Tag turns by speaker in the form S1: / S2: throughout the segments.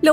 S1: Lo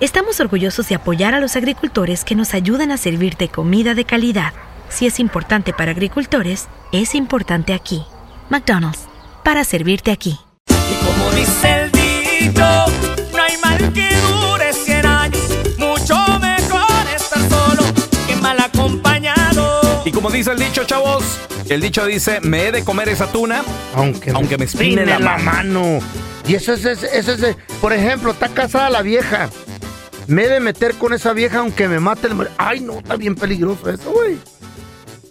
S2: estamos orgullosos de apoyar a los agricultores que nos ayudan a servirte comida de calidad. Si es importante para agricultores, es importante aquí. McDonald's, para servirte aquí.
S3: Y como dice el dicho, no hay mal que dure 100 años. Mucho mejor estar solo que mal acompañado.
S4: Y como dice el dicho, chavos, el dicho dice, me he de comer esa tuna.
S5: Aunque,
S4: Aunque me espine la
S5: mano. Y eso es, es- eso es, por ejemplo, está casada la vieja. Me he de meter con esa vieja aunque me mate el... mar- Ay, no, está bien peligroso eso, güey.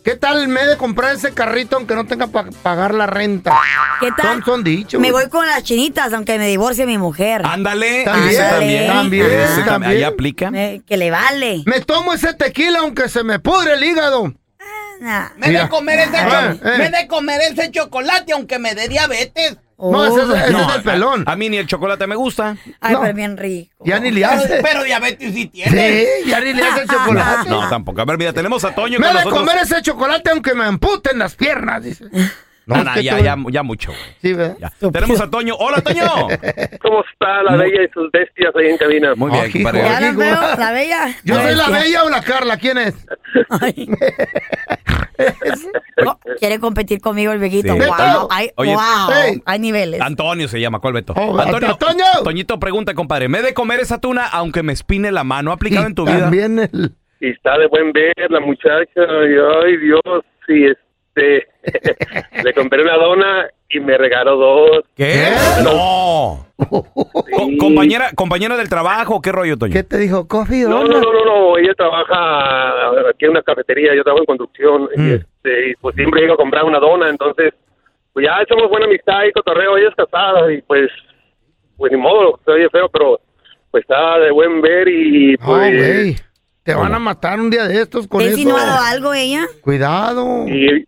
S5: ¿Qué tal me he de comprar ese carrito aunque no tenga para pagar la renta?
S6: ¿Qué tal?
S5: Son, son dichos.
S6: Me
S5: güey.
S6: voy con las chinitas, aunque me divorcie mi mujer.
S5: Ah.
S4: Ándale,
S5: También,
S4: ese también,
S5: también,
S4: ese tam-
S5: también.
S4: Ahí aplica.
S6: Me- que le vale.
S5: Me tomo ese tequila aunque se me pudre el hígado.
S6: Nah.
S7: Me
S5: Mira.
S7: de comer ese
S5: Ah,
S7: cho-
S5: eh.
S7: me de comer ese chocolate aunque me dé diabetes.
S6: Oh.
S5: No, ese, es- ese
S4: No,
S5: es el pelón.
S4: A, a mí ni el chocolate me gusta.
S6: Ay,
S5: no.
S6: pero bien rico.
S5: Ya ni le
S7: Pero,
S5: hace.
S7: pero diabetes sí tiene.
S5: Sí, ya ni le hace el chocolate.
S4: No, tampoco. A ver, mira, tenemos a Toño con
S5: Me he de
S4: nosotros.
S5: comer ese chocolate aunque me amputen las piernas, dice. No,
S4: Ah,
S5: es
S4: nah,
S5: que
S4: ya,
S5: todo-
S4: ya, ya mucho, güey.
S5: Sí, ¿verdad?
S4: Ya. Tenemos a Toño. ¡Hola, Toño!
S8: ¿Cómo está la bella y sus bestias ahí en cabina?
S4: Muy
S5: Ah, hijo.
S4: bien,
S6: Ya
S4: para
S6: la
S5: Digo,
S6: veo, la bella.
S5: ¿Yo
S6: A
S5: soy
S6: ver,
S5: la
S6: ¿qué?
S5: bella o la Carla? ¿Quién es?
S6: Ay. Oh, quiere competir conmigo el viejito.
S4: Sí.
S6: Wow.
S5: Beto.
S6: Ay,
S4: Oye,
S6: wow.
S5: hey.
S6: Hay niveles.
S4: Antonio se llama, ¿cuál Beto?
S5: Oh,
S4: Antonio,
S5: Antonio.
S4: Toñito pregunta, compadre, ¿me he de comer esa tuna aunque me espine la mano? ¿Ha aplicado
S5: Y
S4: en tu vida?
S5: También el...
S8: Y está de buen ver la muchacha. Y, ay, Dios, sí, este. le compré una dona y me regaló dos.
S4: ¿Qué? No. Co-
S8: Sí.
S4: compañera, compañera del trabajo, ¿qué rollo, Toño?
S5: ¿Qué te dijo? ¿Coffee?
S8: No,
S5: dona?
S8: no, no, no, no, ella trabaja aquí en una cafetería, yo trabajo en construcción. Y, este, y, pues siempre llego a comprar una dona, entonces. Pues ya somos buena amistad y cotorreo, ella es casada y pues. Pues ni modo, se oye feo, pero. Pues está de buen ver y
S5: No,
S8: pues.
S5: Ah, güey. Te van a matar un día de estos con
S6: ¿Te ha
S5: eso.
S6: insinuado algo ella?
S5: Cuidado.
S8: Y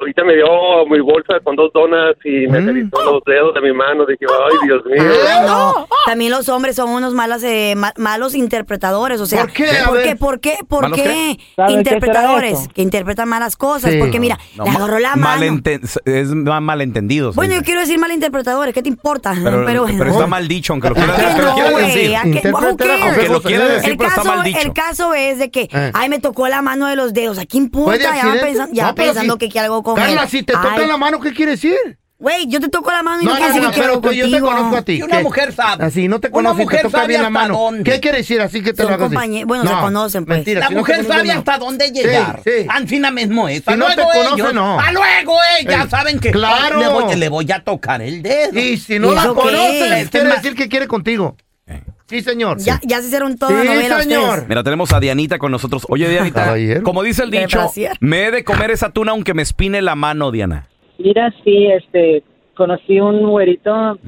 S8: ahorita me dio mi bolsa con dos donas y me
S5: Mm.
S8: acarició los dedos de mi mano. Dije, ay, Dios mío.
S5: Ah,
S6: Ah, no. También los hombres son unos malas, eh, ma- malos interpretadores. O sea,
S5: ¿Por qué? A
S6: ¿Por
S5: ver.
S6: qué? ¿Por qué? ¿Por
S4: ¿Malos
S6: qué?
S9: ¿Sabe qué será
S6: Interpretadores
S9: eso?
S6: que interpretan malas cosas.
S5: Sí.
S6: Porque mira,
S4: No,
S6: le
S4: ma-
S6: agarró la mano.
S4: malenten- es ma- malentendido. se
S6: Bueno,
S4: dice.
S6: yo quiero decir malinterpretadores. ¿Qué te importa?
S4: pero,
S6: bueno.
S4: pero está mal dicho, aunque lo
S5: ¿Por
S4: quieras
S5: qué
S4: aunque lo
S5: no,
S4: quieras
S5: güey?
S4: decir.
S6: ¿a qué-
S5: Interpreta-
S6: who cares?
S4: Aunque lo quiera decir,
S6: El
S4: pero está
S6: caso,
S4: mal dicho.
S6: el caso es de que,
S5: Eh.
S6: ay, me tocó la mano de los dedos. ¿A qué importa?
S5: ¿Fue de
S6: Ya van
S5: accidente?
S6: pensando, ya
S5: No, pero
S6: pensando
S5: si-
S6: que quiero algo con
S5: Carla,
S6: él.
S5: si te
S6: Ay,
S5: toca la mano, ¿qué quiere decir?
S6: Güey, yo te toco la mano y no,
S5: No, no,
S6: quiero
S5: no,
S6: decir
S5: no,
S6: que quiero
S5: pero
S6: algo
S5: tú- yo te
S6: contigo.
S5: conozco a ti.
S7: Y una
S5: ¿Qué?
S7: mujer sabe.
S5: Así, no te
S7: Una
S5: conozco y te
S7: mujer
S5: toca
S7: sabe
S5: bien la
S7: hasta
S5: mano.
S7: dónde.
S5: ¿Qué quiere decir así que te
S6: Son
S5: lo hagas?
S6: compañe- bueno, se conocen, pues.
S7: La mujer sabe hasta dónde llegar.
S5: sí.
S7: Anfina mismo es. A
S5: Si no te
S7: luego
S5: conoce,
S7: ellos.
S5: no.
S7: A luego ellos.
S5: Eh,
S7: Ya saben que.
S5: claro.
S7: Le voy, le voy a tocar el dedo.
S5: Y si no
S6: ¿Y
S5: la
S6: eso qué?
S5: conoces,
S7: Este
S5: quiere
S7: ma-
S5: decir que quiere contigo.
S4: Eh.
S5: Sí, señor.
S6: Ya, ya se hicieron todas
S5: Sí,
S6: las novelas.
S5: señor.
S6: ustedes.
S4: Mira, tenemos a Dianita con nosotros. Oye, Dianita,
S5: Caballero.
S4: como dice el
S6: De
S4: dicho,
S6: brasier.
S4: me he de comer esa tuna aunque me espine la mano, Diana.
S9: Mira, sí, este, conocí un güerito,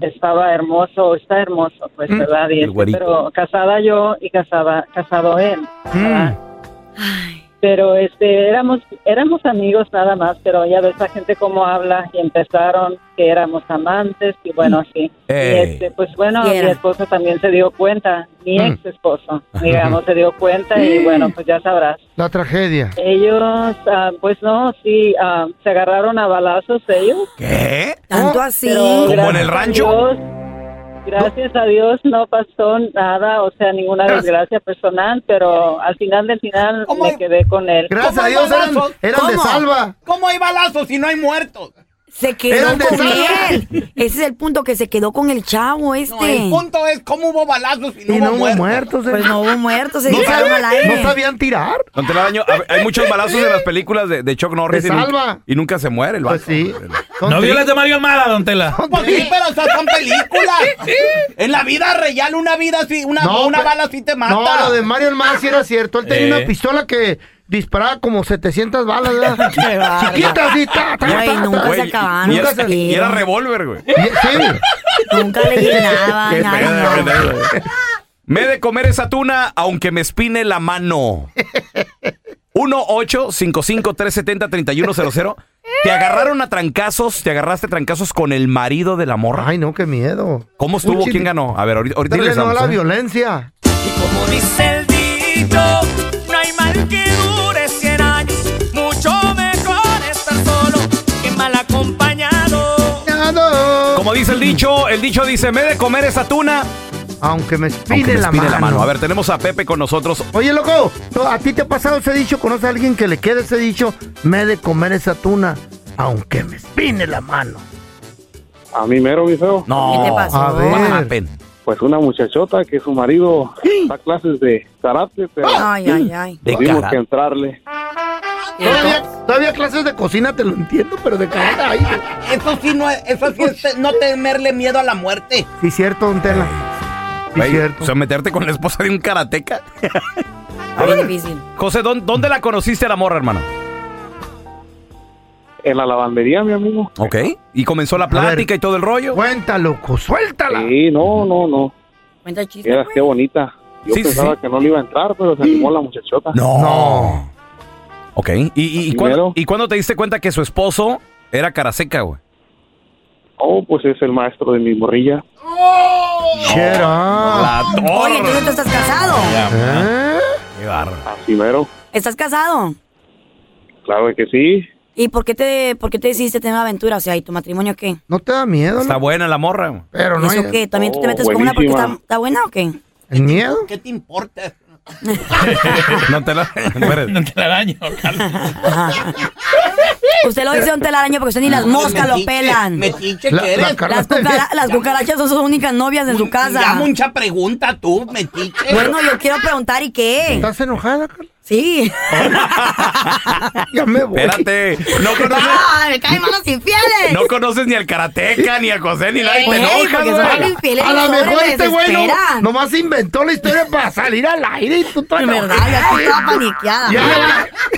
S9: estaba hermoso, está hermoso, pues, ¿verdad?
S4: el
S9: Y este,
S4: güerito.
S9: pero casada yo y casada, casado él. ¿verdad?
S6: Ay,
S9: pero este éramos éramos amigos nada más, pero ya ves la gente cómo habla y empezaron que éramos amantes y bueno, sí. Y,
S10: Ey.
S9: este, pues bueno,
S10: Y era.
S9: mi esposo también se dio cuenta, mi ex esposo, digamos, se dio cuenta y bueno, pues ya sabrás.
S5: La tragedia.
S9: Ellos, ah, pues no, sí, ah, se agarraron a balazos ellos.
S4: ¿Qué?
S6: Tanto así.
S4: ¿Como en el rancho?
S9: gracias a Dios no pasó nada, o sea, ninguna desgracia personal, pero al final del final me quedé con él.
S5: Gracias a Dios eran, eran de salva.
S7: ¿Cómo hay balazos si no hay muertos?
S6: Se quedó
S7: Eran de
S6: con
S7: salva.
S6: él. Ese es el punto que se quedó con el chavo este.
S7: No, el punto es cómo hubo balazos y no hubo muertos.
S6: Pues no hubo muertos, se
S4: No
S6: dispararon al
S4: sabía-
S6: aire.
S4: no
S5: eh. sabían tirar.
S4: Don Telaraño, a ver, hay muchos balazos en las películas de, de Chuck Norris.
S5: Te
S4: y nunca-
S5: salva.
S4: Y nunca se muere el
S5: Pues
S4: vato.
S11: No vio las de Mario Almada, don Tela.
S7: Pues sí, pero o sea, son películas. En la vida real, una vida así, una, una
S5: pe-
S7: bala así te mata.
S5: No, lo de Mario Almada sí era cierto. Él tenía
S7: Eh.
S5: una pistola que disparaba como 700 balas, ¿verdad? Chiquitas y ta, ta, ta, ta.
S4: Güey, y- Y,
S5: Nunca
S4: era,
S5: se-
S4: y era revólver, güey.
S6: Nunca le llenaba.
S4: Qué
S6: nada,
S4: pedo de
S6: no.
S4: aprender, güey. Me he de comer esa tuna aunque me espine la mano. 1-855-370-3100. Te agarraron a trancazos, te agarraste a trancazos con el marido de la morra.
S5: Ay, no, qué miedo.
S4: ¿Cómo estuvo?
S5: Puchi-
S4: ¿Quién ganó? A ver, ahorita, ahorita
S5: Dile no a
S4: regresamos,
S5: la
S4: ¿eh?
S5: violencia.
S3: Como dice el dicho, no hay mal que dure 100 años. Mucho mejor estar solo que mal acompañado.
S4: Como dice el dicho, el dicho dice, me he de comer esa tuna.
S5: Aunque me espine,
S4: Aunque me
S5: la,
S4: espine
S5: mano.
S4: la mano. A ver, tenemos a Pepe con nosotros.
S5: Oye, loco, ¿no- ¿a ti te ha pasado ese dicho? ¿Conoces a alguien que le quede ese dicho? Me he de comer esa tuna, aunque me espine la mano.
S12: A mí mero, mi feo.
S4: No.
S5: ¿Qué te pasó? A ver. What
S12: Pues una muchachota que su marido da clases de karate, pero
S6: Ay, ay, ay.
S5: De
S12: tuvimos
S5: karate.
S12: que entrarle.
S5: Todavía, todavía clases de cocina, te lo entiendo, pero de karate, ay, de-
S7: Eso sí, no, es- eso sí es te- no temerle miedo a la muerte.
S5: Sí, cierto, don Tela.
S4: Güey, O sea, meterte con la esposa de un karateca.
S6: difícil.
S4: José, ¿dó- ¿dónde la conociste a la morra, hermano?
S12: En la lavandería, mi amigo.
S4: Ok. Y comenzó la plática y todo el rollo.
S5: Cuenta, loco, suéltala.
S12: Sí, no, no, no.
S6: Cuenta pues. el chiste.
S12: Mira, qué bonita. Yo
S4: pues. Sí, sí,
S12: pensaba
S4: sí.
S12: que no le iba a entrar, pero se animó la muchachota.
S4: No. Ok. ¿Y, y, y cuándo, ¿Y cuándo te diste cuenta que su esposo era caraseca, güey?
S12: Oh, pues es el maestro de mi morrilla.
S4: La
S6: Oye, entonces tú estás casado.
S5: ¿Eh?
S4: Qué bárbaro.
S12: Así mero.
S6: ¿Estás casado?
S12: Claro que sí.
S6: ¿Y por qué te, por qué te decidiste tener una aventura? O sea, ¿y tu matrimonio qué?
S5: ¿No te da miedo?
S4: Está buena la morra. güey.
S5: Pero
S6: ¿Y ¿Eso qué? ¿También tú te
S4: Oh,
S6: metes con una porque
S4: buenísima.
S6: está, está buena o qué?
S5: ¿El miedo?
S7: ¿Qué te importa?
S4: no te la mueres.
S11: No te la daño,
S6: Usted lo dice don telaraño porque usted ni las moscas lo
S7: Metiche,
S6: pelan.
S7: metiche que La- la eres. Carla
S6: las,
S7: también.
S6: cucara- las cucarachas son sus únicas novias en su casa.
S7: Ya mucha pregunta tú, metiche.
S6: Bueno, yo quiero preguntar, ¿y qué?
S5: ¿Estás enojada, Carla?
S6: Sí.
S5: Ya me voy.
S4: Espérate. No conoces,
S7: Ah,
S6: ¡Ay, me caen manos infieles!
S4: no conoces ni al karateca, ni a José, ni nadie. Te
S6: Güey,
S4: enojas,
S6: porque son
S4: güey.
S6: bien infieles
S5: A lo
S6: los
S5: mejor
S6: hombres,
S5: este güey no-
S6: desesperan.
S5: nomás inventó la historia para salir al aire y tú toda
S6: En verdad, ya estoy toda paniqueada.
S5: Ya,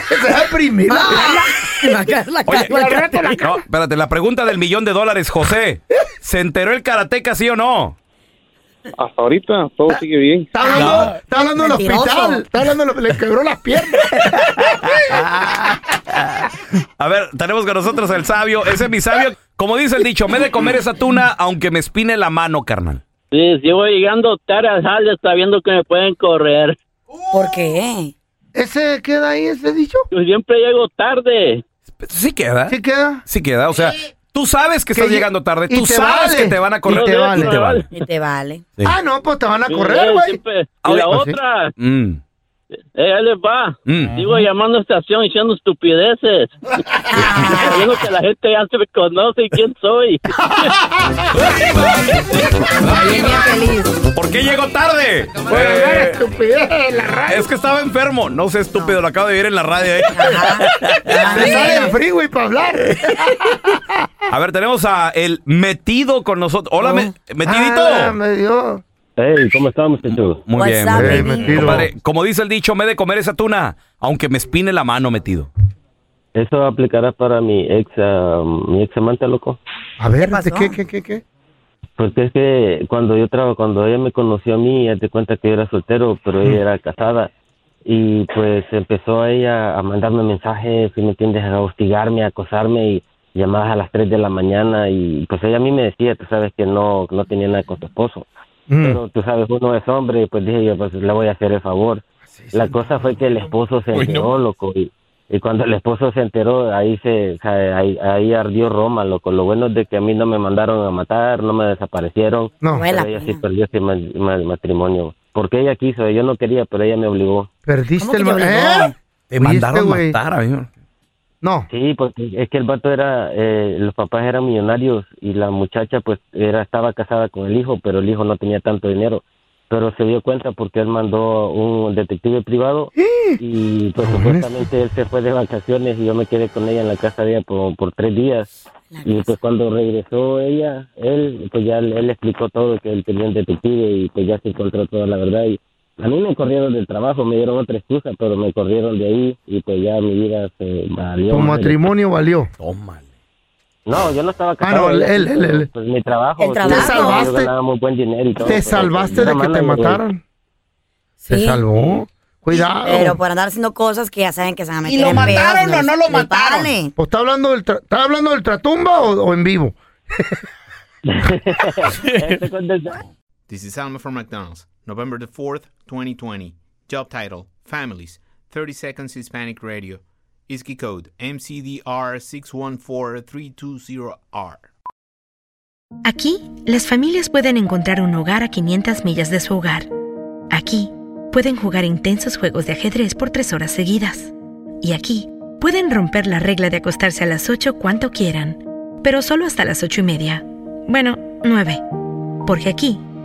S5: ya, se va a deprimir la Carla.
S4: Oye,
S5: Al rato la-
S4: no, espérate, la pregunta del millón de dólares, José. ¿Se enteró el karateca, sí o no?
S12: Hasta ahorita todo sigue bien.
S5: Está hablando, está hablando del
S4: Mentiroso.
S5: hospital. Está hablando, del- le quebró las piernas.
S4: A ver, tenemos con nosotros al sabio. Ese es mi sabio. Como dice el dicho, me he de comer esa tuna aunque me espine la mano, carnal.
S13: Sí, si voy llegando tarde al jale sabiendo que me pueden correr.
S6: ¿Por qué?
S5: ¿Ese queda ahí, ese dicho?
S13: Yo siempre llego tarde.
S4: Sí queda.
S5: Sí queda.
S4: Sí queda. O sea, tú sabes que
S5: Que
S4: estás
S5: lle-
S4: llegando tarde.
S5: y
S4: Tú
S5: te
S4: sabes
S5: vale.
S4: que te van a correr.
S5: Y te vale.
S4: Y te vale.
S6: Y te vale.
S4: Sí.
S5: Ah, no, pues te van a
S13: Sí,
S5: correr,
S13: yo
S5: güey.
S13: siempre- Y
S4: Ah,
S5: Ahora-
S13: la
S5: pues sí.
S13: otra,
S4: Mm.
S13: eh, ahí les va.
S4: Mm.
S13: Sigo llamando a estación diciendo estupideces. sabiendo que la gente ya se me conoce y quién soy.
S4: ¿Por qué llegó tarde? Eh, es que estaba enfermo. No sé, estúpido, lo acabo de ver en la radio. eh.
S5: Le sale el freeway para hablar.
S4: A ver, tenemos a el metido con nosotros. Hola, me- metidito.
S5: Ah, Oh. me dio.
S14: Hey, ¿cómo estamos, muchachos?
S4: Muy bien,
S6: Ah,
S4: muy bien. Compadre, como dice el dicho, me he de comer esa tuna, aunque me espine la mano metido.
S14: Eso aplicará para mi ex, ah, mi ex amante, loco.
S5: A ver, ¿este ¿qué, qué, qué, qué?
S14: Porque Pues es que cuando yo trabajo, cuando ella me conoció a mí, ella te cuenta que yo era soltero, pero ella era casada. y pues empezó ella a mandarme mensajes, si me entiendes, a hostigarme, a acosarme y llamadas a las 3 de la mañana y pues ella a mí me decía, tú sabes que no, no tenía nada con tu esposo.
S10: Mm.
S14: Pero tú sabes, uno es hombre y pues dije yo, pues le voy a hacer el favor.
S5: Mm.
S14: la cosa fue que el esposo se
S10: Uy, no.
S14: enteró, loco, y, y cuando el esposo se enteró, ahí se, o sea, ahí, ahí ardió Roma, loco. Lo bueno es de que a mí no me mandaron a matar, no me desaparecieron.
S5: No.
S14: Pero
S5: Vuela,
S14: ella sí perdió ese ma- ma- matrimonio. Porque ella quiso, yo no quería, pero ella me obligó.
S5: Perdiste el
S14: ¿Cómo que te
S5: ma-
S14: obligó?
S5: ¿Eh? Oye, este güey.
S14: No. Sí, porque es que el vato era, eh, los papás eran millonarios y la muchacha pues era estaba casada con el hijo, pero el hijo no tenía tanto dinero. Pero se dio cuenta porque él mandó un detective privado y pues supuestamente él se fue de vacaciones y yo me quedé con ella en la casa de ella por, por tres días. Y pues cuando regresó ella, él, pues ya él, él explicó todo que él tenía un detective y pues ya se encontró toda la verdad. Y a mí me corrieron del trabajo, me dieron otra excusa, pero me corrieron de ahí y pues ya mi vida se valió.
S5: Tu matrimonio valió.
S14: No, yo no estaba
S5: Ah,
S14: casado.
S5: no, él, él, él, él.
S14: Pues mi trabajo.
S5: El trabajo. Te salvaste.
S14: Yo ganaba muy buen dinero y todo,
S5: Te
S14: pero,
S5: salvaste
S14: pues,
S5: de
S14: yo
S5: que
S14: nada
S5: te
S14: más me-
S5: mataran.
S6: Se
S5: Te salvó. Cuidado.
S6: Pero pues, por andar haciendo cosas que ya saben que se van a meter
S7: lo
S6: en
S7: mataron
S6: pedos,
S7: o no lo
S6: les
S7: mataron?
S6: vale.
S5: ¿O ¿Pues está hablando del, tra- está hablando del tratumba o, o en vivo?
S15: This is Alma from McDonald's, November the 4th, 2020. Job title Families, 30 Seconds Hispanic Radio. ISKI code MCDR614320R.
S2: Aquí, las familias pueden encontrar un hogar a 500 millas de su hogar. Aquí, pueden jugar intensos juegos de ajedrez por tres horas seguidas. Y aquí, pueden romper la regla de acostarse a las 8 cuanto quieran, pero solo hasta las 8 y media. Bueno, 9. Porque aquí,